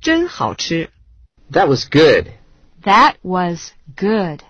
真好吃。 That was good. That was good.